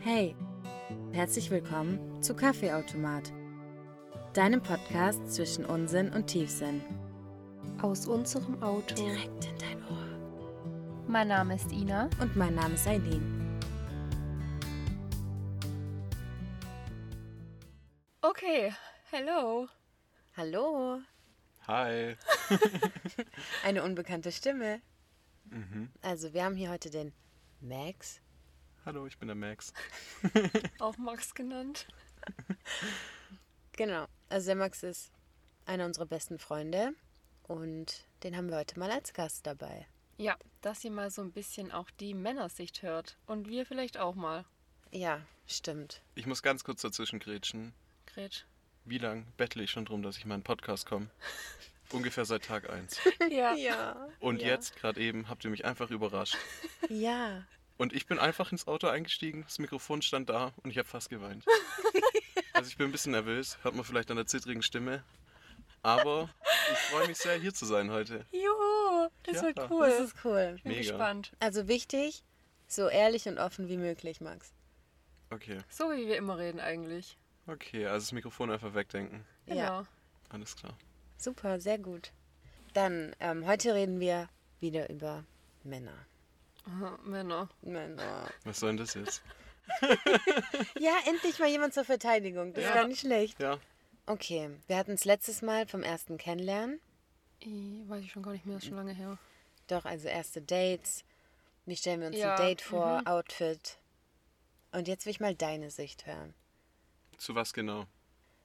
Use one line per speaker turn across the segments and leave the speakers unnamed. Hey, herzlich willkommen zu Kaffeeautomat, deinem Podcast zwischen Unsinn und Tiefsinn.
Aus unserem Auto.
Direkt in dein Ohr.
Mein Name ist Ina.
Und mein Name ist Eileen.
Okay, hello.
Hallo,
Hi.
eine unbekannte Stimme. Also, wir haben hier heute den Max.
Hallo, ich bin der Max.
Auch Max genannt.
Genau, also der Max ist einer unserer besten Freunde und den haben wir heute mal als Gast dabei.
Ja, dass ihr mal so ein bisschen auch die Männersicht hört. Und wir vielleicht auch mal.
Ja, stimmt.
Ich muss ganz kurz dazwischen grätschen.
Gretsch.
Wie lang bettle ich schon drum, dass ich in meinen Podcast komme? Ungefähr seit Tag 1.
Ja.
Ja.
Und
ja.
jetzt, gerade eben, habt ihr mich einfach überrascht.
Ja.
Und ich bin einfach ins Auto eingestiegen, das Mikrofon stand da und ich habe fast geweint. Also ich bin ein bisschen nervös, hört man vielleicht an der zittrigen Stimme. Aber ich freue mich sehr, hier zu sein heute.
Juhu, das
Ja.
wird cool.
Das ist cool.
bin
Mega.
gespannt.
Also wichtig, so ehrlich und offen wie möglich, Max.
Okay,
So wie wir immer reden eigentlich.
okay, also das Mikrofon einfach wegdenken.
Ja,
Genau.
Alles klar.
super, sehr gut. Dann, ähm, heute reden wir wieder über Männer.
Aha, Genau. Männer.
Männer.
Was soll denn das jetzt?
Ja, endlich mal jemand zur Verteidigung. Das ist
Ja.
gar nicht schlecht.
Ja,
Okay, wir hatten es letztes Mal vom ersten Kennenlernen.
Ich weiß ich schon gar nicht mehr, ist schon lange her.
Doch, also erste Dates. Wie stellen wir uns
Ja, mhm.
ein Date vor? Outfit. Und jetzt will ich mal deine Sicht hören.
zu was genau?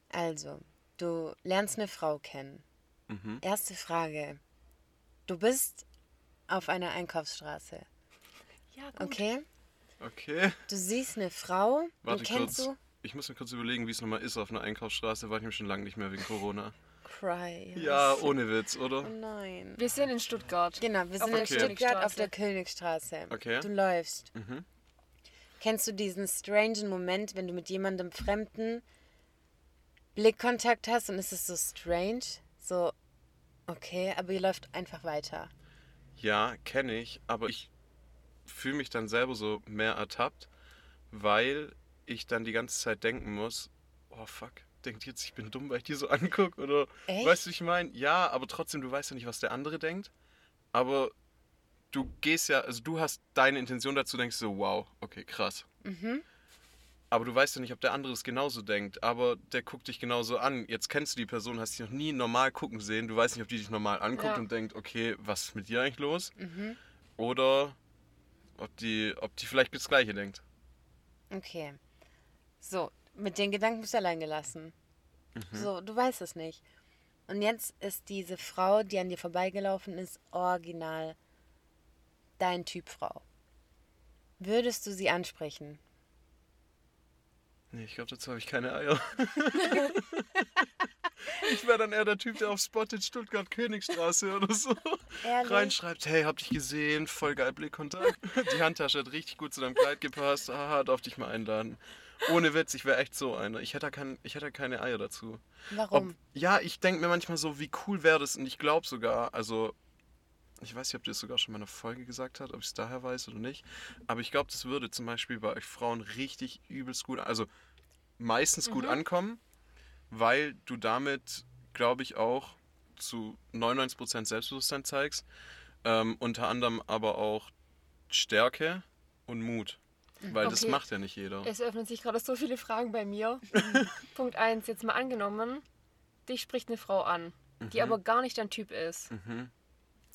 Also, du lernst eine Frau kennen.
Mhm.
Erste Frage. Du bist auf einer Einkaufsstraße,
Ja, gut.
okay?
Okay.
Du siehst eine Frau
Warte
und
kurz.
kennst du
Ich muss mir kurz überlegen, wie es nochmal ist auf einer Einkaufsstraße. War ich nämlich schon lange nicht mehr wegen Corona.
Cry.
Ja, ohne Witz,
Oh
oder?
nein.
Wir sind in Stuttgart.
Genau, wir
Auf
sind
der
in Stuttgart auf
Königstraße.
der Königstraße.
Okay. Mhm.
Du läufst. Kennst du diesen strangen Moment, wenn du mit jemandem Fremden Blickkontakt hast und es ist so strange? So, okay, aber ihr läuft einfach weiter.
Ja, kenne ich, aber ich fühle mich dann selber so mehr ertappt, weil ich dann die ganze Zeit denken muss, oh fuck, denkt jetzt, ich bin dumm, weil ich die so angucke oder
Echt?
weißt du, ich meine, ja, aber trotzdem, du weißt ja nicht, was der andere denkt, aber du gehst ja, also du hast deine Intention dazu, denkst so, wow, okay, krass. Aber du weißt ja nicht, ob der andere es genauso denkt, aber der guckt dich genauso an. Jetzt kennst du die Person, hast dich noch nie normal gucken sehen, du weißt nicht, ob die dich normal anguckt
Ja.
und denkt, okay, was ist mit dir eigentlich los? Oder ob die, ob die vielleicht das Gleiche denkt.
Okay. So, mit den Gedanken bist du allein gelassen.
Mhm.
So, du weißt es nicht. Und jetzt ist diese Frau, die an dir vorbeigelaufen ist, original dein Typ Frau. Würdest du sie ansprechen?
Nee, ich glaube, dazu habe ich keine Eier. ich wäre dann eher der Typ, der auf Spot in Stuttgart Königstraße oder so
Ehrlich?
reinschreibt, hey, hab dich gesehen, voll geil Blickkontakt. Die Handtasche hat richtig gut zu deinem Kleid gepasst, haha, darf dich mal einladen. Ohne Witz, ich wäre echt so einer. Ich hätte da, kein, ich hätte da keine Eier dazu.
Warum?
ja, ich denke mir manchmal so, wie cool wäre das und ich glaube sogar, also ich weiß nicht, ob ihr es sogar schon mal in einer Folge gesagt habt, ob ich es daher weiß oder nicht, aber ich glaube, das würde zum Beispiel bei euch Frauen richtig übelst gut, also meistens gut
Mhm.
ankommen, weil du damit, glaube ich, auch zu 99% Selbstbewusstsein zeigst, ähm, unter anderem aber auch Stärke und Mut, weil das
Okay.
macht ja nicht jeder.
Es öffnen sich gerade so viele Fragen bei mir. Punkt 1, jetzt mal angenommen, dich spricht eine Frau an, die aber gar nicht dein Typ ist.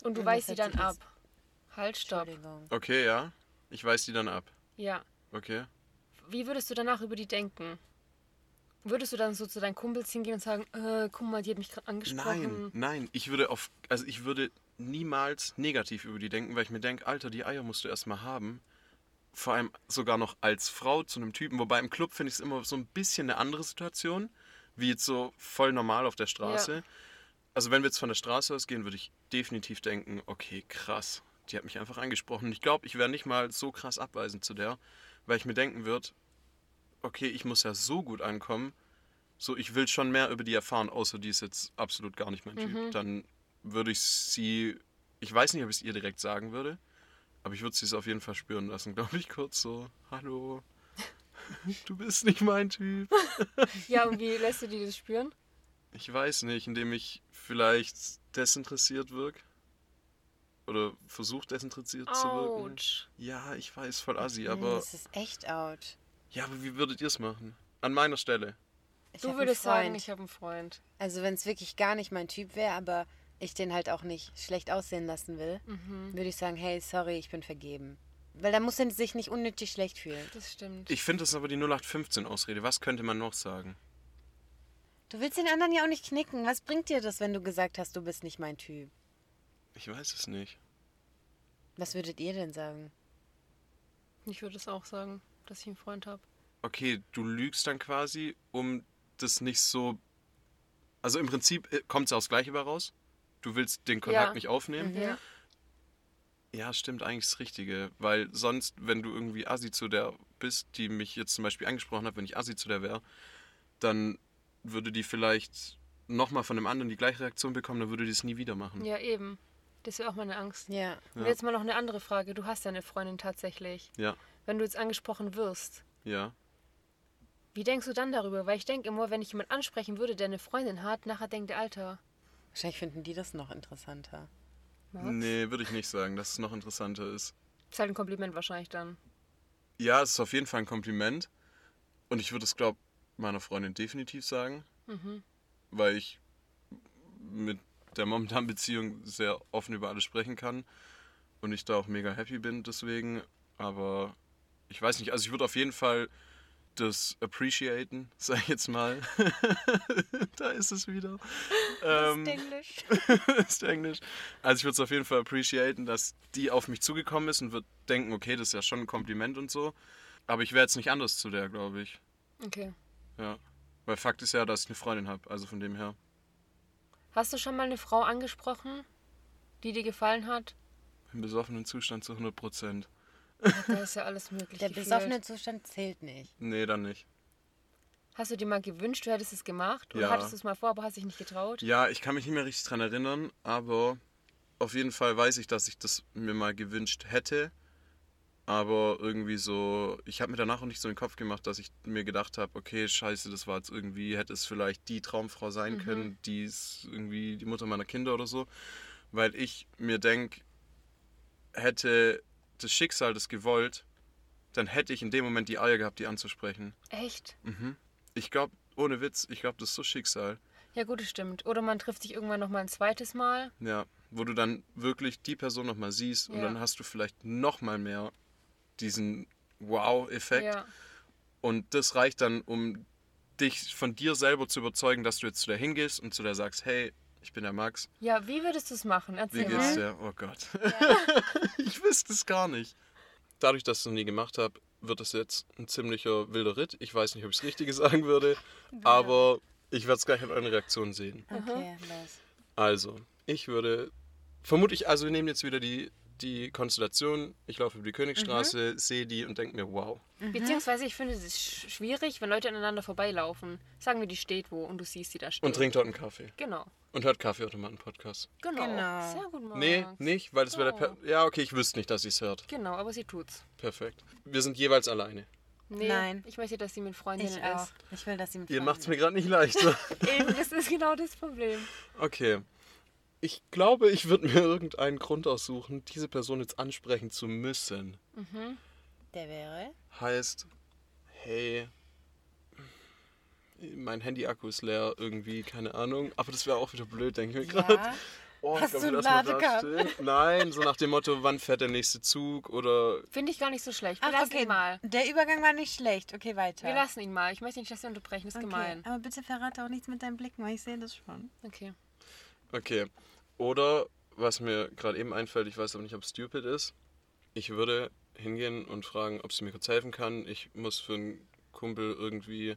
Und du
Und
weißt
das
sie dann
hat
ab.
sie-
Halt, stopp.
Entschuldigung.
Okay, ja, ich weiß die dann ab.
Ja.
Okay.
Wie würdest du danach über die denken? Würdest du dann so zu deinen Kumpels hingehen und sagen, äh, guck mal, die hat mich gerade
Nein,
angesprochen?
nein, ich würde auf, also ich würde niemals negativ über die denken, weil ich mir denke, Alter, die Eier musst du erstmal haben. Vor allem sogar noch als Frau zu einem Typen. Wobei im Club finde ich es immer so ein bisschen eine andere Situation, wie jetzt so voll normal auf der Straße. Also wenn wir jetzt von der Straße ausgehen, würde ich definitiv denken, okay, krass, die hat mich einfach angesprochen. Und ich glaube, ich wäre nicht mal so krass abweisend zu der, weil ich mir denken würde, okay, ich muss ja so gut ankommen, so ich will schon mehr über die erfahren, außer die ist jetzt absolut gar nicht mein Typ. Dann würde ich sie, ich weiß nicht, ob ich es ihr direkt sagen würde, aber ich würde sie es auf jeden Fall spüren lassen, glaube ich, kurz so, hallo. Du bist nicht mein Typ.
Ja, und wie lässt du die das spüren?
Ich weiß nicht, indem ich vielleicht desinteressiert wirke. Oder versucht desinteressiert zu wirken.
Autsch.
Ja, ich weiß, voll assi,
Hm,
aber.
Das ist echt out.
Ja, aber wie würdet ihr es machen? An meiner Stelle.
Ich hab
Du
einen
würdest sagen,
Freund.
ich habe einen Freund.
Also wenn es wirklich gar nicht mein Typ wäre, aber ich den halt auch nicht schlecht aussehen lassen will,
Mhm.
würde ich sagen, hey, sorry, ich bin vergeben. Weil dann muss er sich nicht unnötig schlecht fühlen.
Das stimmt.
Ich finde das aber die 0815-Ausrede. Was könnte man noch sagen?
Du willst den anderen ja auch nicht knicken. Was bringt dir das, wenn du gesagt hast, du bist nicht mein Typ?
Ich weiß es nicht.
Was würdet ihr denn sagen?
Ich würde es auch sagen, dass ich einen Freund habe.
Okay, du lügst dann quasi, um das nicht so. Also im Prinzip kommt es aufs Gleiche bei raus. Du willst den Kontakt
Ja.
nicht aufnehmen.
Ja.
Ja, stimmt, eigentlich das Richtige. Weil sonst, wenn du irgendwie Assi zu der bist, die mich jetzt zum Beispiel angesprochen hat, wenn ich Assi zu der wäre, dann würde die vielleicht nochmal von einem anderen die gleiche Reaktion bekommen, dann würde die es nie wieder machen.
Ja, eben. Das wäre auch meine Angst.
Ja.
Und jetzt mal noch eine andere Frage. Du hast ja eine Freundin tatsächlich.
Ja,
Wenn du jetzt angesprochen wirst,
ja.
wie denkst du dann darüber? Weil ich denke immer, wenn ich jemanden ansprechen würde, der eine Freundin hat, nachher denkt der Alter.
Wahrscheinlich finden die das noch interessanter.
Was?
Nee, würde ich nicht sagen, dass es noch interessanter ist.
Ist halt ein Kompliment wahrscheinlich dann.
Ja, es ist auf jeden Fall ein Kompliment. Und ich würde es, glaube meiner Freundin definitiv sagen. Weil ich mit der momentanen Beziehung sehr offen über alles sprechen kann. Und ich da auch mega happy bin deswegen. Aber ich weiß nicht, also ich würde auf jeden Fall das appreciaten, sag ich jetzt mal. da ist es wieder. Ähm,
Englisch.
ist Englisch. Also ich würde es auf jeden Fall appreciaten, dass die auf mich zugekommen ist und würde denken, okay, das ist ja schon ein Kompliment und so. Aber ich wäre jetzt nicht anders zu der, glaube ich.
Okay.
Ja. Weil Fakt ist ja, dass ich eine Freundin habe, also von dem her.
Hast du schon mal eine Frau angesprochen, die dir gefallen hat?
Im besoffenen Zustand zu 100 Prozent.
Da ist ja alles möglich.
Der
gefühlt.
besoffene Zustand zählt nicht.
Nee, dann nicht.
Hast du dir mal gewünscht, du hättest es gemacht? Oder
Ja.
hattest du es mal vor, aber hast dich nicht getraut?
Ja, ich kann mich nicht mehr richtig dran erinnern, aber auf jeden Fall weiß ich, dass ich das mir mal gewünscht hätte. Aber irgendwie so, ich habe mir danach auch nicht so in den Kopf gemacht, dass ich mir gedacht habe, okay, scheiße, das war jetzt irgendwie, hätte es vielleicht die Traumfrau sein können, die ist irgendwie die Mutter meiner Kinder oder so. Weil ich mir denke, hätte das Schicksal das gewollt, dann hätte ich in dem Moment die Eier gehabt, die anzusprechen.
Echt?
Ich glaube, ohne Witz, ich glaube, das ist so Schicksal.
Ja, gut, das stimmt. Oder man trifft sich irgendwann nochmal ein zweites Mal.
Ja, wo du dann wirklich die Person nochmal siehst und
Ja.
dann hast du vielleicht nochmal mehr diesen Wow-Effekt.
Ja.
Und das reicht dann, um dich von dir selber zu überzeugen, dass du jetzt zu der hingehst und zu der sagst, hey, ich bin der Max,
ja, wie würdest du es machen?
wie
Erzähl
geht's
mal.
dir? Oh Gott. ich wüsste es gar nicht. Dadurch, dass ich es noch nie gemacht habe, wird es jetzt ein ziemlicher wilder Ritt. Ich weiß nicht, ob ich es Richtige sagen würde, aber ich werde es gleich an euren Reaktionen sehen.
Okay, los.
Also, ich würde vermutlich, also wir nehmen jetzt wieder die, die Konstellation. Ich laufe über die Königstraße, sehe die und denke mir, wow.
Beziehungsweise, ich finde es ist sch- schwierig, wenn Leute aneinander vorbeilaufen. Sagen wir, die steht wo und du siehst sie da stehen.
Und trinkt dort einen Kaffee.
Genau.
Und hört Kaffeeautomaten-Podcast.
Genau.
Genau.
Sehr gut, Max.
Nee, nicht, weil das wäre der. Per ja, okay, ich wüsste nicht, dass sie es hört.
Genau, aber sie tut's.
Perfekt. Wir sind jeweils alleine.
Nee,
Nein.
Ich möchte, dass sie mit
Ich
Freundinnen
auch.
ist.
Ich will, dass sie mit
Ihr
Freunden-
macht es mir gerade nicht leichter.
Eben, das ist genau das Problem.
Okay. Ich glaube, ich würde mir irgendeinen Grund aussuchen, diese Person jetzt ansprechen zu müssen.
Der wäre.
heißt, hey, mein Handy-Akku ist leer, irgendwie, keine Ahnung. Aber das wäre auch wieder blöd, denke ich mir gerade.
Ja.
Oh,
Hast
glaub,
du
lass
einen
mal
Ladekabel?
da stehen. Nein, so nach dem Motto, wann fährt der nächste Zug oder
Finde ich gar nicht so schlecht. Wir
Ach,
lassen
okay.
ihn mal.
Der Übergang war nicht schlecht. Okay, weiter.
Wir lassen ihn mal. Ich möchte nicht, dass wir unterbrechen. Ist
okay.
gemein.
Aber bitte verrate auch nichts mit deinen Blicken, weil ich sehe das schon.
Okay.
Okay. Oder, was mir gerade eben einfällt, ich weiß aber nicht, ob es stupid ist, ich würde hingehen und fragen, ob sie mir kurz helfen kann. Ich muss für einen Kumpel irgendwie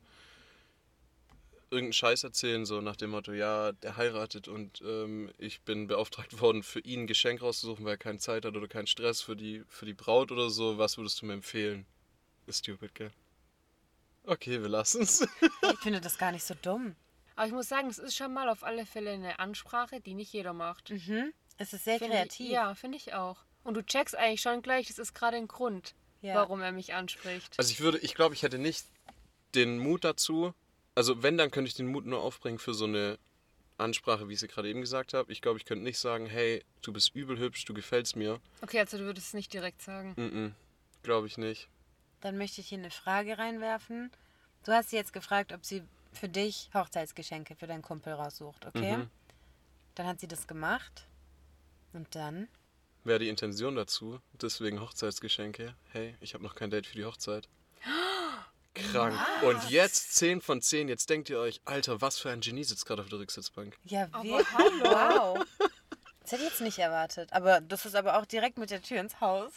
irgendeinen Scheiß erzählen, so nach dem Motto, ja, der heiratet und ähm, ich bin beauftragt worden, für ihn ein Geschenk rauszusuchen, weil er keine Zeit hat oder keinen Stress für die, für die Braut oder so. Was würdest du mir empfehlen? Ist stupid, gell? Okay, wir lassen's.
Ich finde das gar nicht so dumm.
Aber ich muss sagen, es ist schon mal auf alle Fälle eine Ansprache, die nicht jeder macht.
Mhm. Es ist sehr
Finde ich-
kreativ.
Ja, finde ich auch. Und du checkst eigentlich schon gleich, das ist gerade ein Grund.
Ja.
warum er mich anspricht.
Also ich würde, ich glaube, ich hätte nicht den Mut dazu. Also wenn, dann könnte ich den Mut nur aufbringen für so eine Ansprache, wie ich sie gerade eben gesagt habe. Ich glaube, ich könnte nicht sagen, hey, du bist übel hübsch, du gefällst mir.
Okay, also du würdest es nicht direkt sagen.
Mm-mm, glaube ich nicht.
Dann möchte ich hier eine Frage reinwerfen. Du hast sie jetzt gefragt, ob sie für dich Hochzeitsgeschenke für deinen Kumpel raussucht, okay?
Mhm.
Dann hat sie das gemacht. Und dann?
Wäre die Intention dazu. Deswegen Hochzeitsgeschenke. Hey, ich habe noch kein Date für die Hochzeit. Krank. Und jetzt 10 von 10. Jetzt denkt ihr euch, Alter, was für ein Genie sitzt gerade auf der Rücksitzbank.
Ja, wir, wow. Das hätte ich jetzt nicht erwartet. Aber das ist aber auch direkt mit der Tür ins Haus.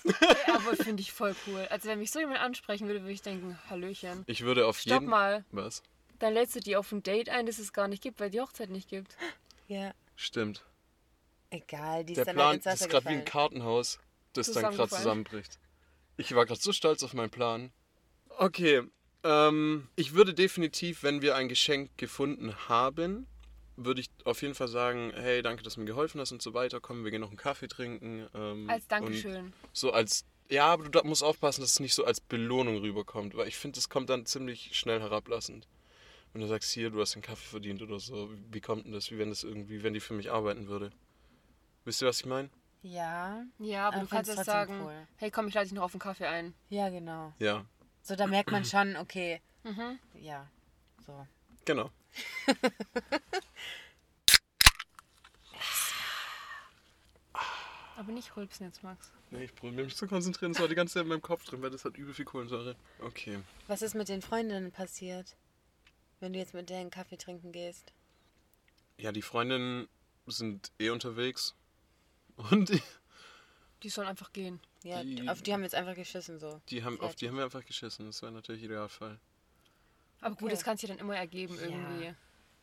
Aber Äh, finde ich voll cool. Also wenn mich so jemand ansprechen würde, würde ich denken, Hallöchen.
Ich würde auf
Stopp
jeden...
mal.
Was?
Dann lädst du die auf ein Date ein, das es gar nicht gibt, weil die Hochzeit nicht gibt.
Ja.
Stimmt.
Egal, die ist
Der
dann halt
Plan
ins Wasser
ist gerade wie ein
gefallen.
Kartenhaus, das dann gerade
Zusammengefallen.
zusammenbricht. Ich war gerade so stolz auf meinen Plan. Okay, ähm, ich würde definitiv, wenn wir ein Geschenk gefunden haben, würde ich auf jeden Fall sagen, hey, danke, dass du mir geholfen hast und so weiter. Komm, wir gehen noch einen Kaffee trinken. Ähm,
Als
und
Dankeschön.
So als, ja, aber du da- musst aufpassen, dass es nicht so als Belohnung rüberkommt, weil ich finde, es kommt dann ziemlich schnell herablassend. Wenn du sagst, hier, du hast den Kaffee verdient oder so, wie kommt denn das? Wie wenn das irgendwie, wenn die für mich arbeiten würde? Wisst ihr, was ich meine?
Ja,
Ja, aber
Aber
du kannst
find's
jetzt
trotzdem
sagen,
cool.
hey komm, ich lade dich noch auf einen Kaffee ein.
ja, genau.
Ja,
So, da merkt man schon, okay,
Mhm.
ja, so.
genau.
Aber nicht rülpsen jetzt, Max.
Nee, ich probiere mich zu konzentrieren, das war die ganze Zeit in meinem Kopf drin, weil das hat übel viel Kohlensäure. Okay.
Was ist mit den Freundinnen passiert, wenn du jetzt mit denen Kaffee trinken gehst?
Ja, die Freundinnen sind eh unterwegs. Und
Die sollen einfach gehen.
Ja,
Die-
auf die haben wir jetzt einfach geschissen, so.
die haben, auf die haben wir einfach geschissen. Das wäre natürlich Idealfall.
Aber
Okay.
gut, das kannst du dir dann immer ergeben irgendwie.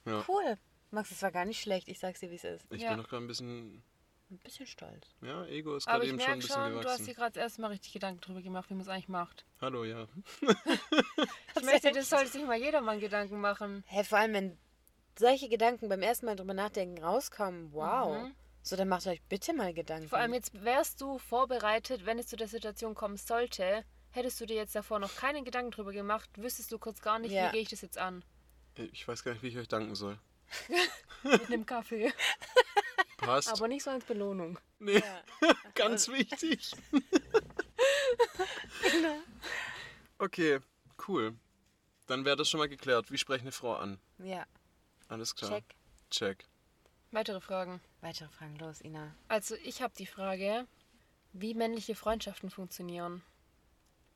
Ja.
Cool. Max, es war gar nicht schlecht. Ich sag's dir, wie es ist.
Ich
Ja.
bin noch gerade ein bisschen.
Ein bisschen stolz.
Ja, Ego ist
Aber
gerade
ich
eben schon ein
merke
bisschen
schon, du hast
gewachsen.
dir gerade das erste Mal richtig Gedanken drüber gemacht, wie man es eigentlich macht.
Hallo, ja.
Ich möchte, das sollte sich mal jedermann Gedanken machen.
Hey, vor allem, wenn solche Gedanken beim ersten Mal drüber nachdenken rauskommen, wow.
Mhm.
So, dann macht euch bitte mal Gedanken.
Vor allem jetzt wärst du vorbereitet, wenn es zu der Situation kommen sollte, hättest du dir jetzt davor noch keinen Gedanken drüber gemacht, wüsstest du kurz gar nicht,
Ja.
wie gehe ich das jetzt an.
Äh, Ich weiß gar nicht, wie ich euch danken soll.
Mit einem Kaffee.
Passt.
Aber nicht so als Belohnung.
nee, ganz wichtig. okay, cool. Dann wäre das schon mal geklärt. Wie spreche ich eine Frau an?
Ja,
Alles klar.
check.
Check.
Weitere Fragen.
Weitere Fragen, los, Ina.
Also ich habe die Frage, wie männliche Freundschaften funktionieren.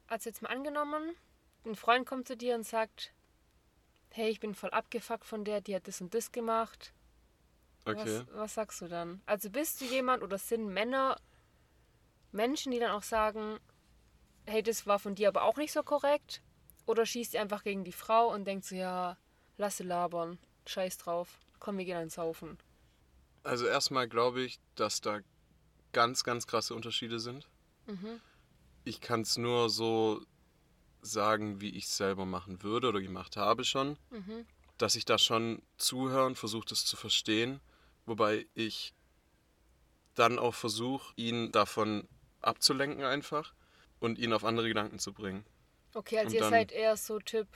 Also jetzt mal angenommen, ein Freund kommt zu dir und sagt, hey, ich bin voll abgefuckt von der, die hat das und das gemacht.
Okay.
Was, was sagst du dann? Also bist du jemand oder sind Männer Menschen, die dann auch sagen, hey, das war von dir aber auch nicht so korrekt? Oder schießt ihr einfach gegen die Frau und denkt so, ja, lass sie labern, scheiß drauf, komm, wir gehen dann saufen.
Also erstmal glaube ich, dass da ganz, ganz krasse Unterschiede sind. Ich kann es nur so sagen, wie ich es selber machen würde oder gemacht habe schon, dass ich da schon zuhöre und versuche, das zu verstehen, wobei ich dann auch versuche, ihn davon abzulenken einfach und ihn auf andere Gedanken zu bringen.
Okay, also
Und
ihr
dann-
seid eher so Typ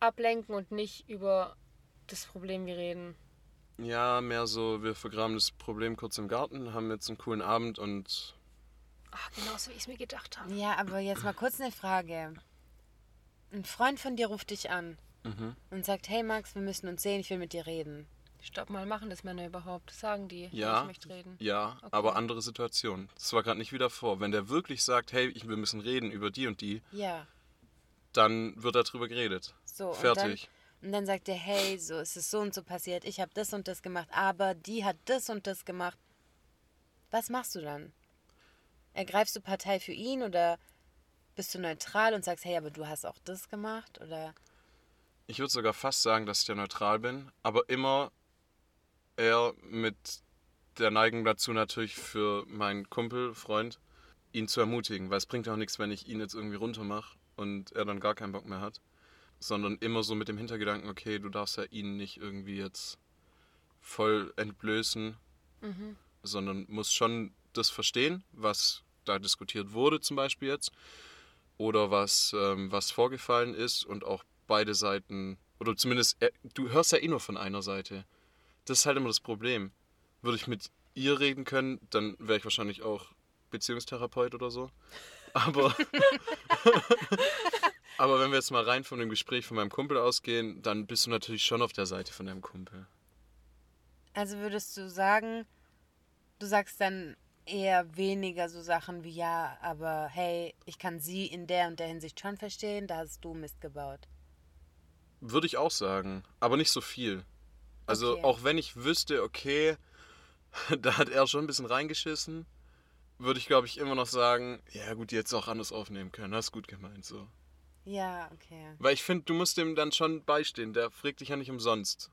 ablenken und nicht über das Problem wir reden.
Ja, mehr so, wir vergraben das Problem kurz im Garten, haben jetzt einen coolen Abend und
Ach, genau so, wie ich es mir gedacht habe.
Ja, aber jetzt mal kurz eine Frage. Ein Freund von dir ruft dich an
Mhm.
und sagt, hey Max, wir müssen uns sehen, ich will mit dir reden.
Stopp mal, machen das Männer überhaupt? Sagen die, hey,
Ja,
ich möchte reden.
ja, aber andere Situationen. Das war gerade nicht wieder vor. Wenn der wirklich sagt, hey, ich- wir müssen reden über die und die,
Ja,
dann wird darüber geredet.
so. Und
Fertig.
dann, und dann sagt er, hey, so ist es so und so passiert, ich habe das und das gemacht, aber die hat das und das gemacht. Was machst du dann? Ergreifst du Partei für ihn oder bist du neutral und sagst, hey, aber du hast auch das gemacht? Oder
Ich würde sogar fast sagen, dass ich ja neutral bin, aber immer eher mit der Neigung dazu natürlich für meinen Kumpel, Freund, ihn zu ermutigen, weil es bringt auch nichts, wenn ich ihn jetzt irgendwie runtermache und er dann gar keinen Bock mehr hat, sondern immer so mit dem Hintergedanken, okay, du darfst ja ihn nicht irgendwie jetzt voll entblößen, sondern musst schon das verstehen, was da diskutiert wurde zum Beispiel jetzt oder was, ähm, was vorgefallen ist und auch beide Seiten, oder zumindest, äh, du hörst ja eh nur von einer Seite. Das ist halt immer das Problem. Würde ich mit ihr reden können, dann wäre ich wahrscheinlich auch Beziehungstherapeut oder so. Aber, aber wenn wir jetzt mal rein von dem Gespräch von meinem Kumpel ausgehen, dann bist du natürlich schon auf der Seite von deinem Kumpel.
Also würdest du sagen, du sagst dann eher weniger so Sachen wie ja, aber hey, ich kann sie in der und der Hinsicht schon verstehen, da hast du Mist gebaut.
Würde ich auch sagen, aber nicht so viel. Also
Okay.
auch wenn ich wüsste, okay, da hat er schon ein bisschen reingeschissen, würde ich glaube ich immer noch sagen, ja gut, jetzt auch anders aufnehmen können, hast gut gemeint so.
Ja, okay.
Weil ich finde, du musst dem dann schon beistehen, der fragt dich ja nicht umsonst.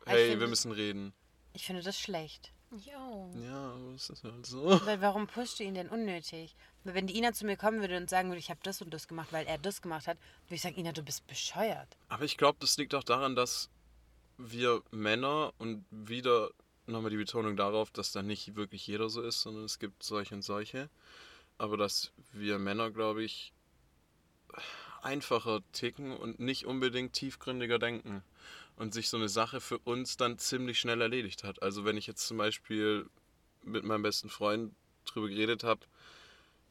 Aber ich
Hey,
find-
wir müssen reden.
Ich finde das schlecht.
Jo.
Ja, aber es ist halt so.
Weil warum pusht du ihn denn unnötig? Weil wenn die Ina zu mir kommen würde und sagen würde, ich habe das und das gemacht, weil er das gemacht hat, würde ich sagen, Ina, du bist bescheuert.
Aber ich glaube, das liegt auch daran, dass wir Männer und wieder nochmal die Betonung darauf, dass da nicht wirklich jeder so ist, sondern es gibt solche und solche. Aber dass wir Männer, glaube ich, einfacher ticken und nicht unbedingt tiefgründiger denken. Und sich so eine Sache für uns dann ziemlich schnell erledigt hat. Also wenn ich jetzt zum Beispiel mit meinem besten Freund drüber geredet habe,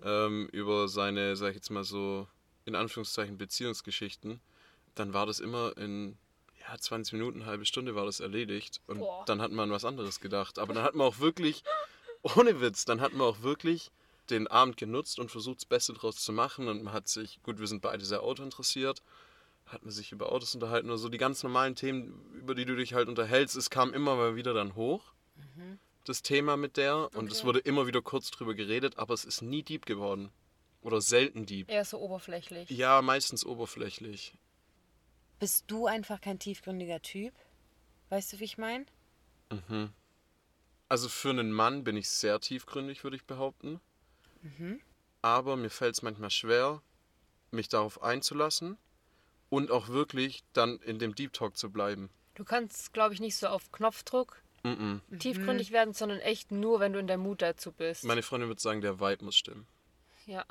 ähm, über seine, sag ich jetzt mal so, in Anführungszeichen Beziehungsgeschichten, dann war das immer in ja, 20 Minuten, halbe Stunde war das erledigt. Und
Boah.
dann hat man an was anderes gedacht. Aber dann hat man auch wirklich, ohne Witz, dann hat man auch wirklich den Abend genutzt und versucht, das Beste draus zu machen. Und man hat sich, gut, wir sind beide sehr autointeressiert, hat man sich über Autos unterhalten oder so. Die ganz normalen Themen, über die du dich halt unterhältst, es kam immer mal wieder dann hoch das Thema mit der und es
Okay.
wurde immer wieder kurz drüber geredet, aber es ist nie deep geworden. Oder selten deep.
Er ist so oberflächlich.
Ja, meistens oberflächlich.
Bist du einfach kein tiefgründiger Typ? Weißt du, wie ich meine?
Also für einen Mann bin ich sehr tiefgründig, würde ich behaupten. Aber mir fällt es manchmal schwer, mich darauf einzulassen und auch wirklich dann in dem Deep Talk zu bleiben.
Du kannst, glaube ich, nicht so auf Knopfdruck
Mm-mm.
Mhm. tiefgründig werden, sondern echt nur, wenn du in der Mut dazu bist.
Meine Freundin würde sagen, der Vibe muss stimmen.
ja.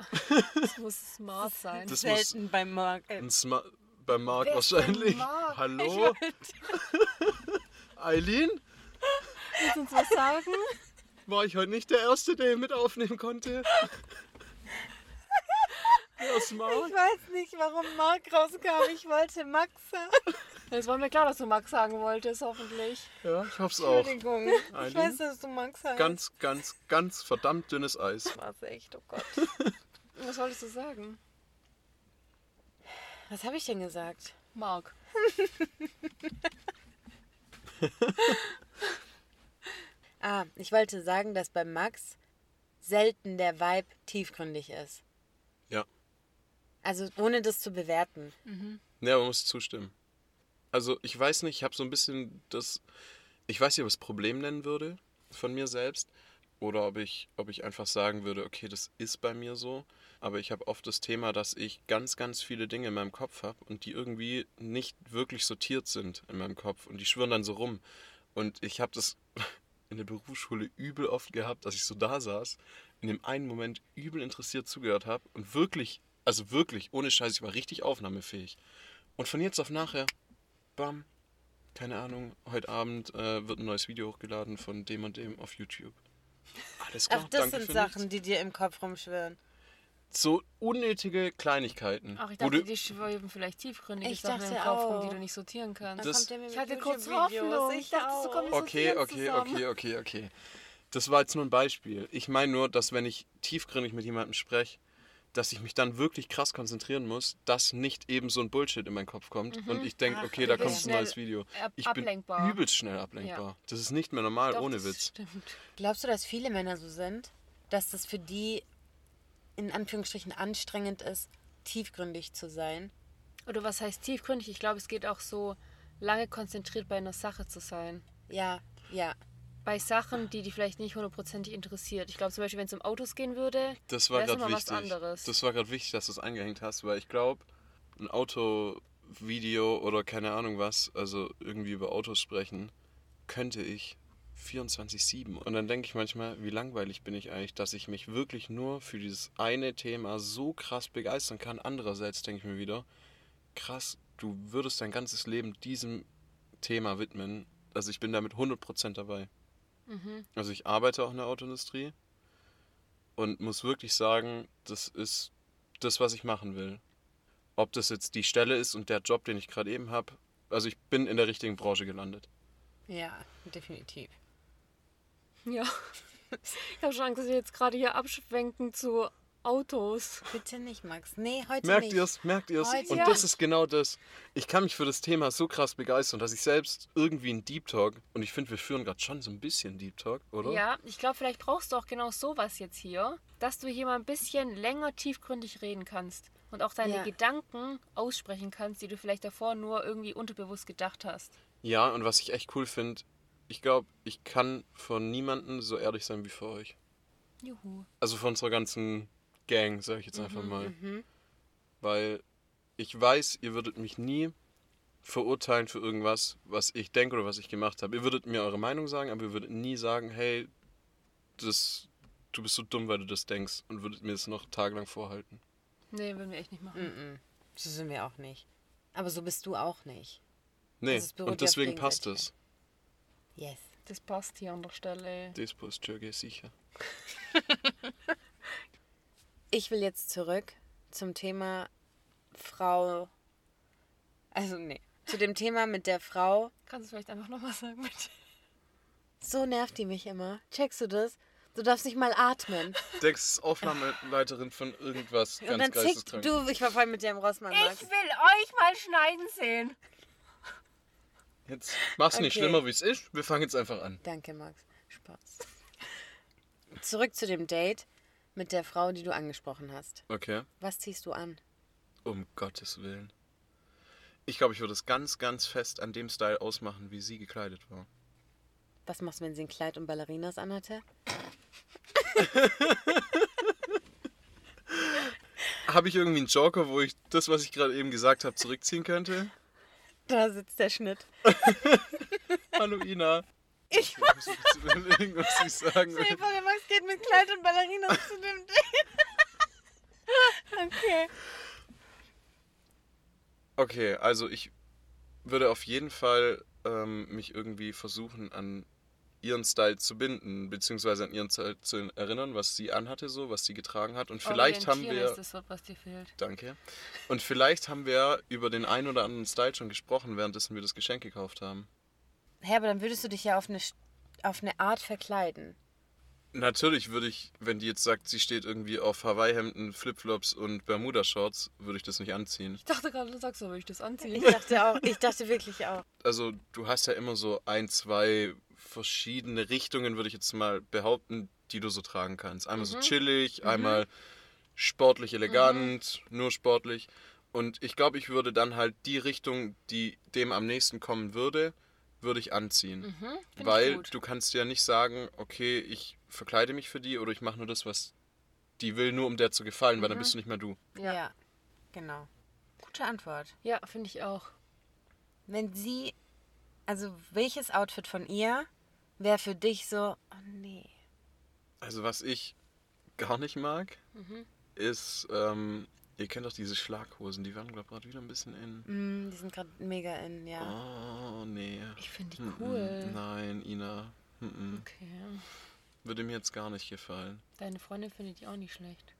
Das muss smart sein.
Das muss Ähm,
Selten beim Mark. Äh,
ein Sma bei Marc
Wer ist denn
wahrscheinlich.
Marc?
Hallo? Eileen?
Willst du uns was sagen?
War ich heute nicht der Erste, der ihn mit aufnehmen konnte? Ja, smart.
Ich weiß nicht, warum Mark rauskam. Ich wollte Max sagen.
Das war mir klar, dass du Max sagen wolltest, hoffentlich.
Ja, ich hoffe es auch.
Entschuldigung.
Eileen?
Ich weiß, dass du Max heißt.
Ganz, ganz, ganz verdammt dünnes Eis.
War's echt, oh Gott.
Was wolltest du sagen?
Was habe ich denn gesagt?
Marc.
Ah, ich wollte sagen, dass bei Max selten der Vibe tiefgründig ist.
Ja.
Also ohne das zu bewerten.
Ja, man muss zustimmen. Also, ich weiß nicht, ich habe so ein bisschen das. Ich weiß nicht, ob ich es Problem nennen würde von mir selbst oder ob ich, ob ich einfach sagen würde, okay, das ist bei mir so. Aber ich habe oft das Thema, dass ich ganz, ganz viele Dinge in meinem Kopf habe und die irgendwie nicht wirklich sortiert sind in meinem Kopf und die schwirren dann so rum. Und ich habe das in der Berufsschule übel oft gehabt, dass ich so da saß, in dem einen Moment übel interessiert zugehört habe und wirklich, also wirklich, ohne Scheiß, ich war richtig aufnahmefähig. Und von jetzt auf nachher, bam, keine Ahnung, heute Abend äh, wird ein neues Video hochgeladen von dem und dem auf YouTube. Alles klar,
Ach, das
danke
sind
für
Sachen,
nichts.
die dir im Kopf rumschwirren.
So unnötige Kleinigkeiten.
Ach, ich
wo
dachte,
du-
die schwirren vielleicht tiefgründige
Ich
Sachen im
dachte
Kopf rum,
auch.
die du nicht sortieren kannst.
Das-
kommt der mit
ich hatte kurz
YouTube-Videos.
Hoffnung. Ich
Ich
dachte, du
auch.
kommst
Okay, okay,
zusammen.
okay, okay, okay. Das war jetzt nur ein Beispiel. Ich meine nur, dass wenn ich tiefgründig mit jemandem spreche, dass ich mich dann wirklich krass konzentrieren muss, dass nicht eben so ein Bullshit in meinen Kopf kommt und ich denke,
Ach, du
okay, da
bist
kommt ein neues
Mhm. schnell
Video.
ab-
Ich
ablenkbar.
bin übelst schnell ablenkbar. Das ist nicht mehr normal,
Doch,
halt ohne
das
Witz.
Stimmt.
Glaubst du, dass viele Männer so sind, dass das für die in Anführungsstrichen anstrengend ist, tiefgründig zu sein?
Oder was heißt tiefgründig? Ich glaube, es geht auch so, lange konzentriert bei einer Sache zu sein.
Ja, ja.
Bei Sachen, die dich vielleicht nicht hundertprozentig interessiert. Ich glaube zum Beispiel, wenn es um Autos gehen würde,
Das war
wär's
gerade
nochmal was
wichtig.
anderes.
Das war gerade wichtig, dass du es eingehängt hast, weil ich glaube, ein Autovideo oder keine Ahnung was, also irgendwie über Autos sprechen, könnte ich 24-7. Und dann denke ich manchmal, wie langweilig bin ich eigentlich, dass ich mich wirklich nur für dieses eine Thema so krass begeistern kann. Andererseits denke ich mir wieder, krass, du würdest dein ganzes Leben diesem Thema widmen. Also ich bin damit 100% dabei.
Mhm.
Also ich arbeite auch in der Autoindustrie und muss wirklich sagen, das ist das, was ich machen will. Ob das jetzt die Stelle ist und der Job, den ich gerade eben habe. Also ich bin in der richtigen Branche gelandet.
Ja, definitiv.
Ja. Ich habe schon Angst, dass wir jetzt gerade hier abschwenken zu Autos.
Bitte nicht, Max. Nee, heute
Merkt
nicht.
ihr es? Merkt ihr es?
Heute
Und
ja.
das ist genau das. Ich kann mich für das Thema so krass begeistern, dass ich selbst irgendwie einen Deep Talk, und ich finde, wir führen gerade schon so ein bisschen Deep Talk, oder?
Ja, ich glaube, vielleicht brauchst du auch genau sowas jetzt hier, dass du hier mal ein bisschen länger tiefgründig reden kannst und auch deine
Ja.
Gedanken aussprechen kannst, die du vielleicht davor nur irgendwie unterbewusst gedacht hast.
Ja, und was ich echt cool finde, ich glaube, ich kann von niemandem so ehrlich sein wie vor euch.
Juhu.
Also von unserer ganzen Gang, sage ich jetzt einfach mal. Weil ich weiß, ihr würdet mich nie verurteilen für irgendwas, was ich denke oder was ich gemacht habe. Ihr würdet mir eure Meinung sagen, aber ihr würdet nie sagen, hey, das, du bist so dumm, weil du das denkst und würdet mir das noch tagelang vorhalten.
Nee, würden wir echt nicht
Mm.
machen.
So sind wir auch nicht. Aber so bist du auch nicht.
Nee,
Also es beruht ja auf
und deswegen passt es.
Gegenseitigkeit. Yes.
Das passt hier an der Stelle.
Das passt, Jürgen, sicher.
Ich will jetzt zurück zum Thema Frau. Also, nee. Zu dem Thema mit der Frau.
Kannst du vielleicht einfach nochmal sagen, bitte?
So nervt die mich immer. Checkst du das? Du darfst nicht mal atmen.
Dex ist Aufnahmeleiterin von irgendwas
Und
ganz
dann zickt
geisteskrank.
du. Ich war voll mit dir im Rossmann. Max.
will euch mal schneiden sehen.
Jetzt mach's nicht
Okay.
schlimmer, wie es ist. Wir fangen jetzt einfach an.
Danke, Max. Spaß. Zurück zu dem Date mit der Frau, die du angesprochen hast.
Okay.
Was ziehst du an?
Um Gottes Willen. Ich glaube, ich würde es ganz, ganz fest an dem Style ausmachen, wie sie gekleidet war.
Was machst du, wenn sie ein Kleid und Ballerinas anhatte?
Habe ich irgendwie einen Joker, wo ich das, was ich gerade eben gesagt habe, zurückziehen könnte?
Da sitzt der Schnitt.
Hallo Ina. Ich muss jetzt überlegen, was ich sagen will.
Eva, der Max geht mit Kleid und Ballerinas zu dem Date. okay.
Okay, also ich würde auf jeden Fall ähm, mich irgendwie versuchen, an ihren Style zu binden, beziehungsweise an ihren Style zu erinnern, was sie anhatte, so, was sie getragen hat. Und vielleicht haben
Orientieren
wir.
Oh, ist das Wort, was dir fehlt.
Danke. Und vielleicht haben wir über den einen oder anderen Style schon gesprochen, währenddessen wir das Geschenk gekauft haben.
Hä, aber dann würdest du dich ja auf eine, Sch- auf eine Art verkleiden.
Natürlich würde ich, wenn die jetzt sagt, sie steht irgendwie auf Hawaii-Hemden, Flipflops und Bermuda-Shorts, würde ich das nicht anziehen.
Ich dachte gerade, du sagst so, würde ich das
Ich
anziehen.
dachte auch, ich dachte wirklich auch.
Also du hast ja immer so ein, zwei verschiedene Richtungen, würde ich jetzt mal behaupten, die du so tragen kannst. Einmal
Mhm.
so chillig, einmal sportlich elegant,
Mhm.
nur sportlich. Und ich glaube, ich würde dann halt die Richtung, die dem am nächsten kommen würde, würde ich anziehen.
Mhm. ich
Weil
gut.
du kannst ja nicht sagen, okay, ich verkleide mich für die oder ich mache nur das, was die will, nur um der zu gefallen, weil
Mhm.
dann bist du nicht mehr du.
Ja.
Ja.
Genau. Gute Antwort.
Ja, finde ich auch.
Wenn sie, also welches Outfit von ihr wäre für dich so, oh nee.
Also was ich gar nicht mag,
Mhm.
ist, ähm, ihr kennt doch diese Schlaghosen, die waren glaube ich gerade wieder ein bisschen in.
Mm, die sind gerade mega in, ja.
Oh, nee.
Ich finde die
Mm-mm. hm,
cool.
Nein, Ina. Mm-mm.
Okay.
Würde mir jetzt gar nicht gefallen.
Deine Freundin findet die auch nicht schlecht.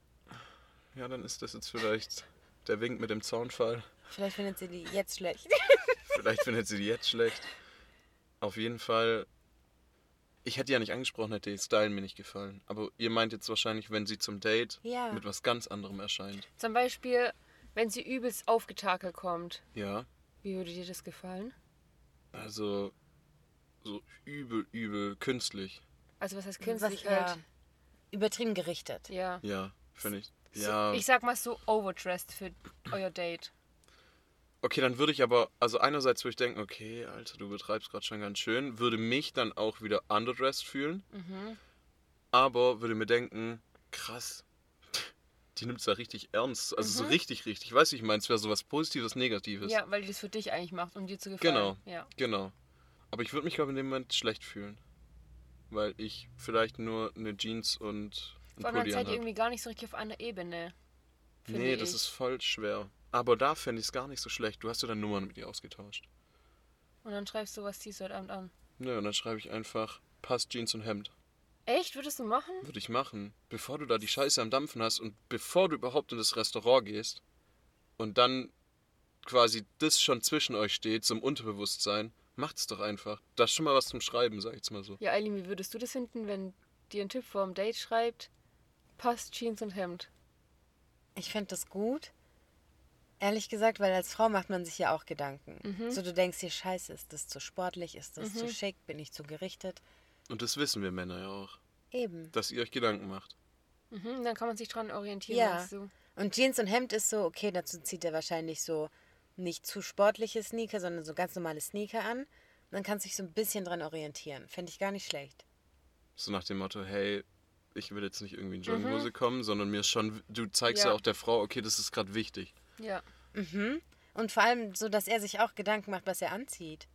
Ja, dann ist das jetzt vielleicht der Wink mit dem Zaunfall.
Vielleicht findet sie die jetzt schlecht.
Vielleicht findet sie die jetzt schlecht. Auf jeden Fall. Ich hätte ja nicht angesprochen, hätte ihr Style mir nicht gefallen. Aber ihr meint jetzt wahrscheinlich, wenn sie zum Date
Ja.
mit was ganz anderem erscheint.
Zum Beispiel, wenn sie übelst aufgetakelt kommt.
Ja.
Wie würde dir das gefallen?
Also so übel, übel künstlich.
Also was heißt
Was,
künstlich
ja,
halt?
übertrieben gerichtet.
Ja.
Ja, finde ich. Ja.
So, ich sag mal so overdressed für euer Date.
Okay, dann würde ich aber, also einerseits würde ich denken, okay, Alter, du betreibst gerade schon ganz schön, würde mich dann auch wieder underdressed fühlen,
Mhm.
aber würde mir denken, krass, die nimmt es da richtig ernst, also so richtig, richtig, weißt du, ich meine, es wäre sowas Positives, Negatives.
Mhm. Ja, weil die das für dich eigentlich macht, um dir zu gefallen.
Genau,
Ja.
genau. Aber ich würde mich, glaube ich, in dem Moment schlecht fühlen. weil ich vielleicht nur eine Jeans und ein
Vor allem halt dann seid
Pulli
ihr
anhabe.
irgendwie gar nicht so richtig auf einer Ebene. finde
Nee, das
ich.
ist voll schwer. Aber da fände ich es gar nicht so schlecht. Du hast ja deine Nummern mit ihr ausgetauscht.
Und dann schreibst du, was ziehst du heute Abend an.
Nö, und dann schreibe ich einfach, passt Jeans und Hemd.
Echt? Würdest du machen?
Würde ich machen. Bevor du da die Scheiße am Dampfen hast und bevor du überhaupt in das Restaurant gehst und dann quasi das schon zwischen euch steht, zum Unterbewusstsein, macht's doch einfach. Da ist schon mal was zum Schreiben, sag ich jetzt mal so.
Ja, Eileen, wie würdest du das finden, wenn dir ein Typ vor dem Date schreibt, passt Jeans und Hemd?
Ich finde das gut. Ehrlich gesagt, weil als Frau macht man sich ja auch Gedanken. So, du denkst dir, scheiße, ist das zu sportlich, ist das zu schick, bin ich zu gerichtet?
Und das wissen wir Männer ja auch,
Eben.
dass ihr euch Gedanken macht.
Mhm, dann kann man sich dran orientieren,
Ja.
meinst du?
Und Jeans und Hemd ist so, okay, dazu zieht er wahrscheinlich so nicht zu sportliche Sneaker, sondern so ganz normale Sneaker an. Und dann kannst du dich so ein bisschen dran orientieren. Fände ich gar nicht schlecht.
So nach dem Motto, hey, ich will jetzt nicht irgendwie in Jogginghose kommen, sondern mir ist schon, du zeigst
Mhm.
ja,
Ja.
auch der Frau, okay, das ist gerade wichtig.
Ja.
Und vor allem so, dass er sich auch Gedanken macht, was er anzieht.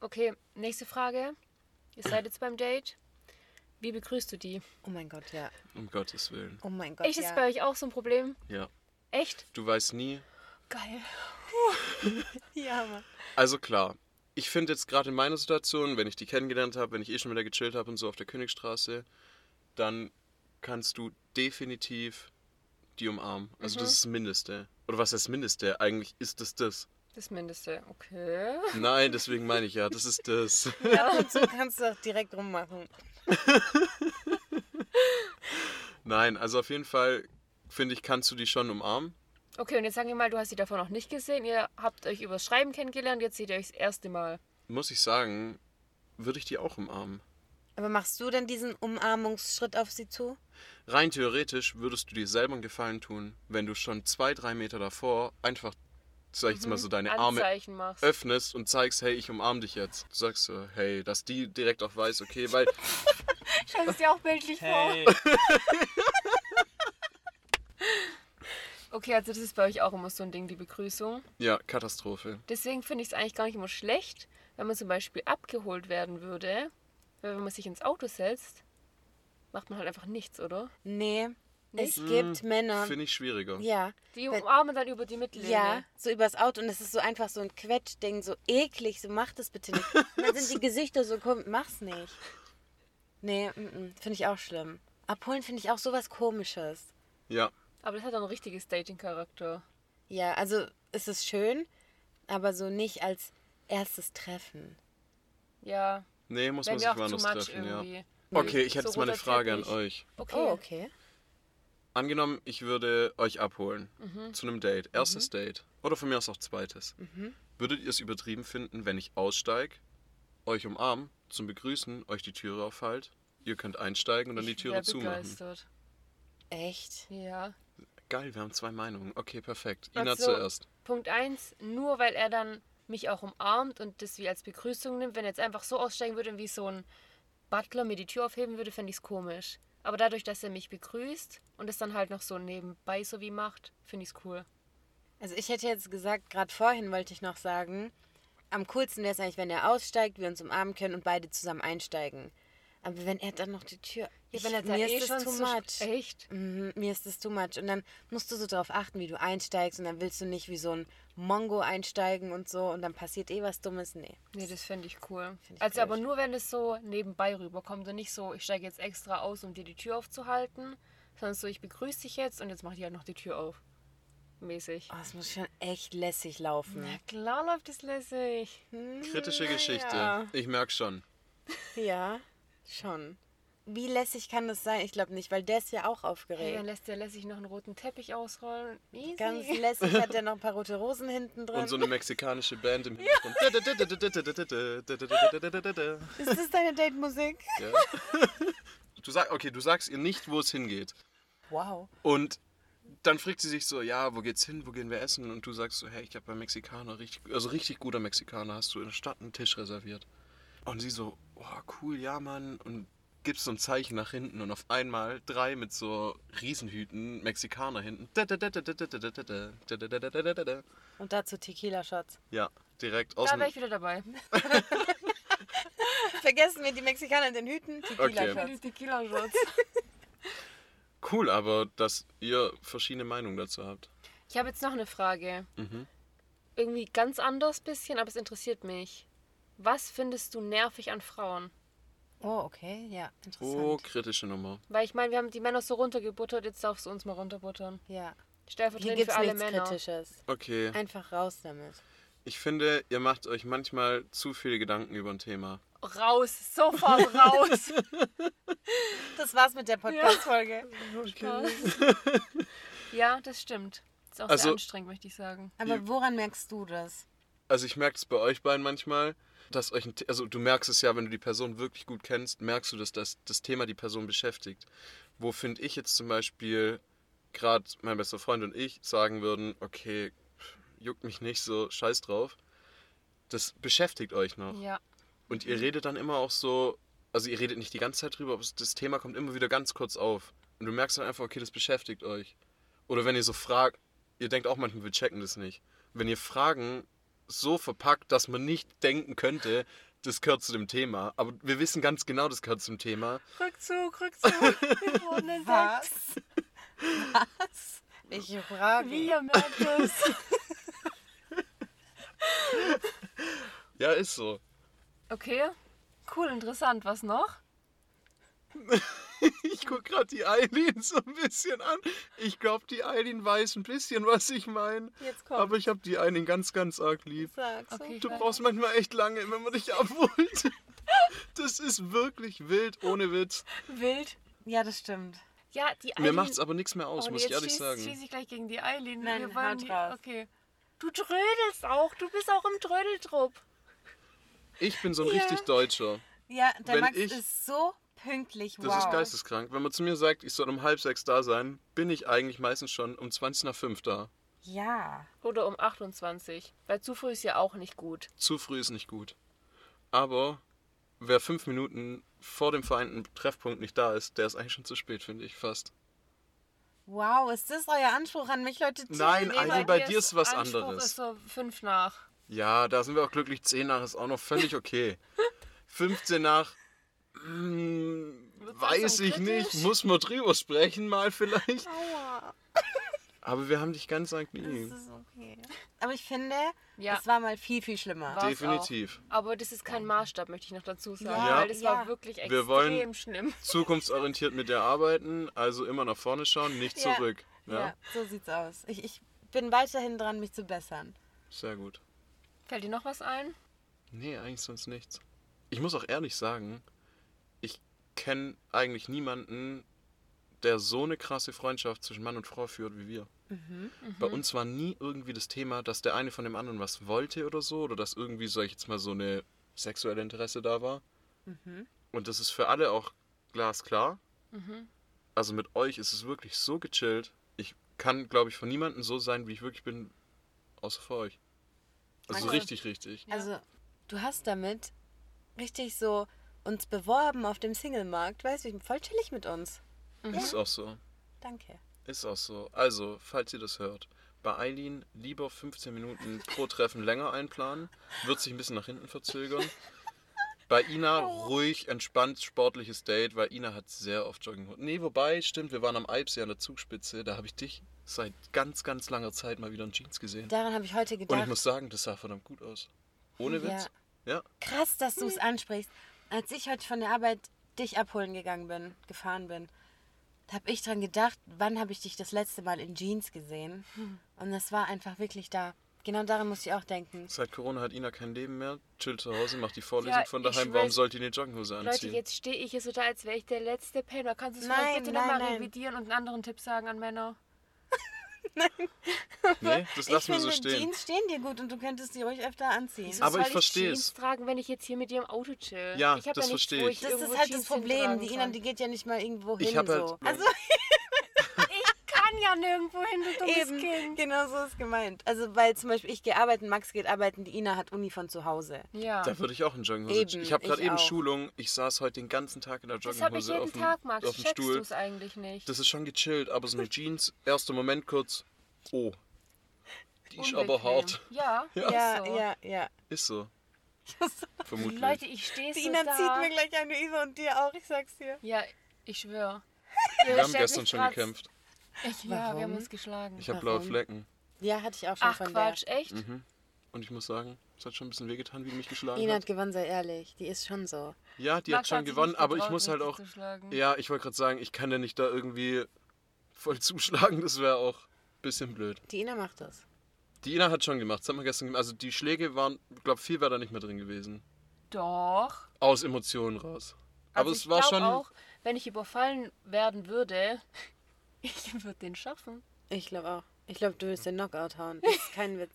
Okay, nächste Frage. Ihr seid jetzt beim Date. Wie begrüßt du die?
Oh mein Gott, ja.
Um Gottes Willen.
Oh mein Gott,
Echt, ist
ja.
bei euch auch so ein Problem?
Ja.
Echt?
Du weißt nie,
Geil.
ja, Mann.
Also klar, ich finde jetzt gerade in meiner Situation, wenn ich die kennengelernt habe, wenn ich eh schon mit der gechillt habe und so auf der Königstraße, dann kannst du definitiv die umarmen. Also das ist das Mindeste. Oder was heißt Mindeste? Eigentlich ist das das.
Das Mindeste. Okay.
Nein, deswegen meine ich ja, das ist das.
Und so kannst du auch direkt rummachen.
Nein, also auf jeden Fall finde ich, kannst du die schon umarmen.
Okay, und jetzt sagen wir mal, du hast sie davor noch nicht gesehen. Ihr habt euch übers Schreiben kennengelernt, jetzt seht ihr euch das erste Mal.
Muss ich sagen, würde ich die auch umarmen.
Aber machst du denn diesen Umarmungsschritt auf sie zu?
Rein theoretisch würdest du dir selber einen Gefallen tun, wenn du schon zwei, drei Meter davor einfach, sag ich jetzt
Mhm,
mal so, deine Arme
Anzeichen machst.
öffnest und zeigst, hey, ich umarm dich jetzt. Du sagst so, hey, dass die direkt auch weiß, okay, weil
Stell es dir auch bildlich vor. Okay, also das ist bei euch auch immer so ein Ding, die Begrüßung.
ja, Katastrophe.
Deswegen finde ich es eigentlich gar nicht immer schlecht, wenn man zum Beispiel abgeholt werden würde. Weil wenn man sich ins Auto setzt, macht man halt einfach nichts, oder?
Nee.
Nicht?
Es gibt Männer.
Mm, Finde ich schwieriger.
Ja.
Die
Wenn-
umarmen dann über die Mittellehne.
Äh, Ja, so übers Auto und es ist so einfach so ein Quetschding, so eklig, so mach das bitte nicht. Und dann sind die Gesichter so, komm, mach's nicht. Nee, mm, finde ich auch schlimm. Abholen finde ich auch sowas komisches.
Ja,
Aber das hat dann ein richtiges Dating-Charakter.
Ja, also es ist schön, aber so nicht als erstes Treffen.
Ja,
nee, muss
wenn wir
man sich
auch
mal
zu
anders
much
treffen,
irgendwie.
ja. Okay, ich hätte
So
jetzt mal eine
roter
Frage an
Teppich.
euch.
Okay.
Oh, okay.
Angenommen, ich würde euch abholen
Mhm.
zu einem Date, erstes Date oder von mir aus auch zweites.
Mhm.
Würdet ihr es übertrieben finden, wenn ich aussteige, euch umarm, zum Begrüßen, euch die Türe aufhalt, ihr könnt einsteigen und dann die
Ich
Türe
wär
zumachen?
begeistert.
Echt?
Ja.
Geil, wir haben zwei Meinungen. Okay, perfekt. Ina
Also,
zuerst.
Punkt 1, nur weil er dann mich auch umarmt und das wie als Begrüßung nimmt, wenn er jetzt einfach so aussteigen würde und wie so ein Butler mir die Tür aufheben würde, fände ich es komisch. Aber dadurch, dass er mich begrüßt und es dann halt noch so nebenbei so wie macht, finde ich es cool.
Also ich hätte jetzt gesagt, gerade vorhin wollte ich noch sagen, am coolsten wäre es eigentlich, wenn er aussteigt, wir uns umarmen können und beide zusammen einsteigen. Aber wenn er dann noch die Tür...
Ja,
Ich-
wenn er da
mir
eh
ist das
schon
too
so sch-
much.
Echt?
Mhm, mir ist das too much. Und dann musst du so drauf achten, wie du einsteigst. Und dann willst du nicht wie so ein Mongo einsteigen und so. Und dann passiert eh was Dummes. Nee.
Nee, das fände ich cool.
Find ich
also
blöd.
aber nur, wenn es so nebenbei rüberkommt und nicht so, ich steige jetzt extra aus, um dir die Tür aufzuhalten, sondern so, ich begrüße dich jetzt und jetzt mache ich halt noch die Tür auf. Mäßig.
Oh, es muss schon echt lässig laufen.
Na klar läuft es lässig.
Kritische Geschichte.
ja.
Ich merke schon.
Ja, schon. Wie lässig kann das sein? Ich glaube nicht, weil der ist ja auch
Hey,
aufgeregt.
dann lässt der lässig noch einen roten Teppich ausrollen. Easy.
Ganz lässig hat er noch ein paar rote Rosen hinten dran.
Und so eine mexikanische Band im Hintergrund.
Ist das deine Date-Musik?
Ja. Du sag, okay, du sagst ihr nicht, wo es hingeht.
Wow.
Und dann fragt sie sich so, ja, wo geht's hin, wo gehen wir essen? Und du sagst so, hey, ich habe beim Mexikaner, richtig, also richtig guter Mexikaner, hast du in der Stadt einen Tisch reserviert. Und sie so, oh, cool, ja, Mann. Und gibst so ein Zeichen nach hinten und auf einmal drei mit so Riesenhüten Mexikaner hinten.
Und dazu Tequila-Shots.
Ja, direkt aus
Da
dem...
wäre ich wieder dabei.
Vergessen wir die Mexikaner in den Hüten, Tequila
Okay.
Shots.
Die Tequila-Shots.
Cool, aber dass ihr verschiedene Meinungen dazu habt.
Ich habe jetzt noch eine Frage.
Mhm.
Irgendwie ganz anders bisschen, aber es interessiert mich. Was findest du nervig an Frauen?
Oh, okay, ja, interessant.
Oh, kritische Nummer.
Weil ich meine, wir haben die Männer so runtergebuttert, jetzt darfst du uns mal runterbuttern.
Ja. Hier
Stellvertretend
gibt's
für alle
nichts
Männer.
Kritisches.
Okay.
Einfach raus damit.
Ich finde, ihr macht euch manchmal zu viele Gedanken über ein Thema.
Raus, sofort raus.
Das war's mit der Podcast-Folge.
ja, das stimmt. Ist auch
Also-
sehr anstrengend, möchte ich sagen.
Aber woran merkst du das?
Also ich merke es bei euch beiden manchmal, dass euch ein The- also du merkst es ja, wenn du die Person wirklich gut kennst, merkst du, dass das, das Thema die Person beschäftigt. Wo finde ich jetzt zum Beispiel gerade mein bester Freund und ich sagen würden, okay, juckt mich nicht so, scheiß drauf. Das beschäftigt euch noch.
Ja.
Und ihr redet dann immer auch so, also ihr redet nicht die ganze Zeit drüber, aber es- das Thema kommt immer wieder ganz kurz auf. Und du merkst dann einfach, okay, das beschäftigt euch. Oder wenn ihr so fragt, ihr denkt auch manchmal, wir checken das nicht. Wenn ihr Fragen so verpackt, dass man nicht denken könnte, das gehört zu dem Thema. Aber wir wissen ganz genau, das gehört zum Thema.
Rückzug, Rückzug. Wir wurden entdeckt.
Was? Was? Ich frage.
Wie ihr merkt es.
Ja, ist so.
Okay, cool, interessant. Was noch?
Ich guck gerade die Eileen so ein bisschen an. Ich glaube, die Eileen weiß ein bisschen, was ich meine.
Jetzt komm.
Aber ich habe die Eileen ganz, ganz arg lieb.
Sag's.
Okay.
Du brauchst manchmal echt lange, wenn man dich abholt. Das ist wirklich wild, ohne Witz.
Wild.
Ja, das stimmt.
Ja, die Eileen.
Mir macht's aber nichts mehr aus,
Oh, nee,
muss ich
Also, jetzt
ehrlich
schieß-
sagen.
schieß ich gleich gegen die Eileen.
Nein,
Wir
haut
wollen die,
raus.
Okay. Du trödelst auch. Du bist auch im Trödeltrupp.
Ich bin so ein richtig Deutscher.
Ja, der
Wenn
Max
ich-
ist so pünktlich.
Das
wow.
ist geisteskrank. Wenn man zu mir sagt, ich soll um halb sechs da sein, bin ich eigentlich meistens schon um 20 nach fünf da.
Ja.
Oder um 28. Weil zu früh ist ja auch nicht gut.
Zu früh ist nicht gut. Aber wer fünf Minuten vor dem vereinten Treffpunkt nicht da ist, der ist eigentlich schon zu spät, finde ich fast.
Wow, ist das euer Anspruch an mich, Leute? zu
Nein,
nehmen?
Eileen, bei dir ist was
Anspruch
anderes.
ist so fünf nach.
Ja, da sind wir auch glücklich. 10 nach ist auch noch völlig okay. 15 nach, mm, weiß
langsam
ich
kritisch.
nicht. Muss man drüber sprechen mal vielleicht. Aber wir haben dich ganz arg lieb.
Das ist okay. Aber ich finde,
Ja.
es war mal viel, viel schlimmer.
War's
Definitiv.
Auch. Aber das ist kein Maßstab, möchte ich noch dazu sagen.
Ja,
weil das
ja.
war wirklich extrem
Wir wollen-
schlimm.
Zukunftsorientiert mit dir arbeiten, also immer nach vorne schauen, nicht
Ja.
zurück. Ja,
Ja, so sieht's aus. Ich, ich bin weiterhin dran, mich zu bessern.
sehr gut.
Fällt dir noch was ein?
Nee, eigentlich sonst nichts. Ich muss auch ehrlich sagen, ich kenne eigentlich niemanden, der so eine krasse Freundschaft zwischen Mann und Frau führt wie wir. Bei uns war nie irgendwie das Thema, dass der eine von dem anderen was wollte oder so, oder dass irgendwie, sag ich jetzt mal, so eine sexuelle Interesse da war. Und das ist für alle auch glasklar. Also mit euch ist es wirklich so gechillt. Ich kann, glaube ich, von niemandem so sein, wie ich wirklich bin, außer vor euch. Also
Danke.
richtig, richtig.
Also, du hast damit richtig so uns beworben auf dem Singlemarkt. Weißt du, voll chillig mit uns.
Ist auch so.
Danke.
Ist auch so. Also, falls ihr das hört, bei Eileen lieber 15 Minuten pro Treffen länger einplanen, wird sich ein bisschen nach hinten verzögern. Bei Ina ruhig, entspannt, sportliches Date, weil Ina hat sehr oft Jogging. Nee, wobei, stimmt, wir waren am Alpsee an der Zugspitze, da habe ich dich seit ganz, ganz langer Zeit mal wieder in Jeans gesehen.
Daran habe ich heute
Und
gedacht.
ich muss sagen, das sah verdammt gut aus. Ohne
Ja.
Witz. Ja.
Krass, dass
Mhm.
du es ansprichst. Als ich heute von der Arbeit dich abholen gegangen bin, gefahren bin, habe ich dran gedacht, wann habe ich dich das letzte Mal in Jeans gesehen?
Hm.
Und das war einfach wirklich da. Genau daran muss ich auch denken.
Seit Corona hat Ina kein Leben mehr, chillt zu Hause, macht die Vorlesung
Ja,
von
ich
daheim.
schwör-
Warum sollte die eine Jogginghose
Leute,
anziehen?
jetzt stehe ich hier so da, als wäre ich der letzte Penner. Kannst du es
Nein,
vielleicht bitte
nein,
nochmal
nein.
revidieren und einen anderen Tipp sagen an Männer?
nee, das
ich
lassen wir
finde,
so stehen.
Jeans stehen dir gut und du könntest die ruhig öfter anziehen.
Wieso
Aber
soll
ich versteh's.
Jeans tragen, wenn ich jetzt hier mit dir im Auto chill.
Ja,
ich hab
das
ja nichts, wo
versteh ich.
ich.
Das
irgendwo
ist halt
Jeans
das Problem.
hintragen
Die Ina,
kann.
die geht ja nicht mal irgendwo
Ich
hin.
hab halt-
so. Also
Ich kann ja nirgendwo hin, du dummes
eben,
Kind.
genau so ist gemeint. Also weil zum Beispiel ich gehe arbeiten, Max geht arbeiten, die Ina hat Uni von zu Hause.
Ja,
Da würde ich auch in Jogginghose.
Eben,
ich habe gerade
ich
eben
auch.
Schulung. Ich saß heute den ganzen Tag in der
das habe ich
Jogginghose
jeden
auf dem,
Tag, Max.
auf dem
Checkst du
Stuhl.
es eigentlich nicht?
Das ist schon gechillt, aber so eine Jeans, erster Moment kurz. Oh. Die ist aber
Unbequem.
hart.
Ja,
Ja.
ist
ja,
so.
ja, ja.
Ist so. Vermutlich.
Leute, ich stehe so
Dina
da.
zieht mir gleich eine über und dir auch, ich sag's dir.
ja, ich schwöre.
wir haben gestern schon gekämpft.
Ich, ja, wir haben
Warum?
uns geschlagen.
Ich Mhm. habe
Warum?
blaue Flecken.
Ja, hatte ich auch schon
Ach
von
Quatsch, echt?
Und ich muss sagen, es hat schon ein bisschen wehgetan, wie die mich geschlagen
der. Ina
hat.
hat gewonnen, sei ehrlich. Die ist schon so.
Ja, die
Max
hat schon
sich
gewonnen,
nicht
aber ich
getraut,
muss
mich
halt auch.
zu schlagen.
Ja, ich wollte gerade sagen, ich kann ja nicht da irgendwie voll zuschlagen, das wäre auch ein bisschen blöd.
Die Ina macht das.
Die Ina hat schon gemacht, das hat man gestern gemacht. Also die Schläge waren, ich glaube, viel wäre da nicht mehr drin gewesen.
Doch.
Aus Emotionen raus. Aber
Also
es
ich
war
glaub
schon.
auch, wenn ich überfallen werden würde, ich würde den schaffen.
Ich glaube auch. Ich glaube, du willst den Knockout hauen. Das ist kein Witz.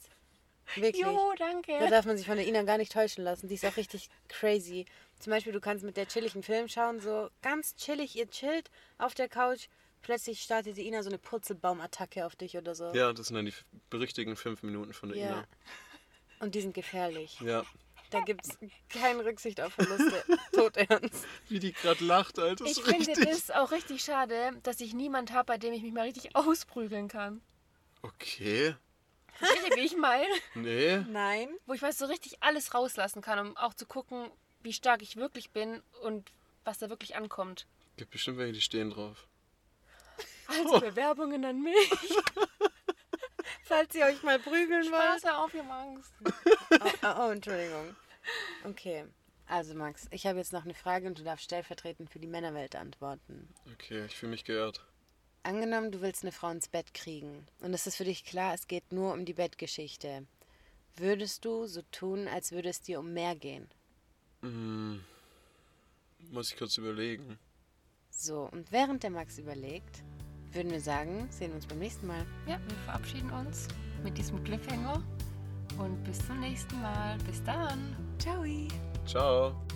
Wirklich.
Jo,
Da
danke.
darf man sich von der Ina gar nicht täuschen lassen. Die ist auch richtig crazy. Zum Beispiel, du kannst mit der chillig einen Film schauen, so ganz chillig, ihr chillt auf der Couch. Plötzlich startet die Ina so eine Purzelbaumattacke auf dich oder so.
Ja, das sind dann die richtigen fünf Minuten von der
Ja.
Ina.
Und die sind gefährlich.
Ja.
Da gibt es keine Rücksicht auf Verluste. Tot ernst.
Wie die gerade lacht, Alter.
Ich
ist
finde
richtig.
das auch richtig schade, dass ich niemand habe, bei dem ich mich mal richtig ausprügeln kann.
Okay.
Versteht ihr, wie ich meine?
Nee.
Nein.
Wo ich mal so richtig alles rauslassen kann, um auch zu gucken, wie stark ich wirklich bin und was da wirklich ankommt.
Gibt bestimmt welche, die stehen drauf.
Also Bewerbungen an mich.
Falls ihr euch mal prügeln wollt.
Pass auf, ihr Angst.
Oh, oh, oh, Entschuldigung. Okay. Also Max, ich habe jetzt noch eine Frage und du darfst stellvertretend für die Männerwelt antworten.
Okay, ich fühle mich geehrt.
Angenommen, du willst eine Frau ins Bett kriegen und es ist für dich klar, es geht nur um die Bettgeschichte. Würdest du so tun, als würde es dir um mehr gehen?
Muss ich kurz überlegen.
So, und während der Max überlegt, würden wir sagen, sehen wir uns beim nächsten Mal.
Ja, wir verabschieden uns mit diesem Cliffhanger und bis zum nächsten Mal. Bis dann.
Ciao!
Ciao.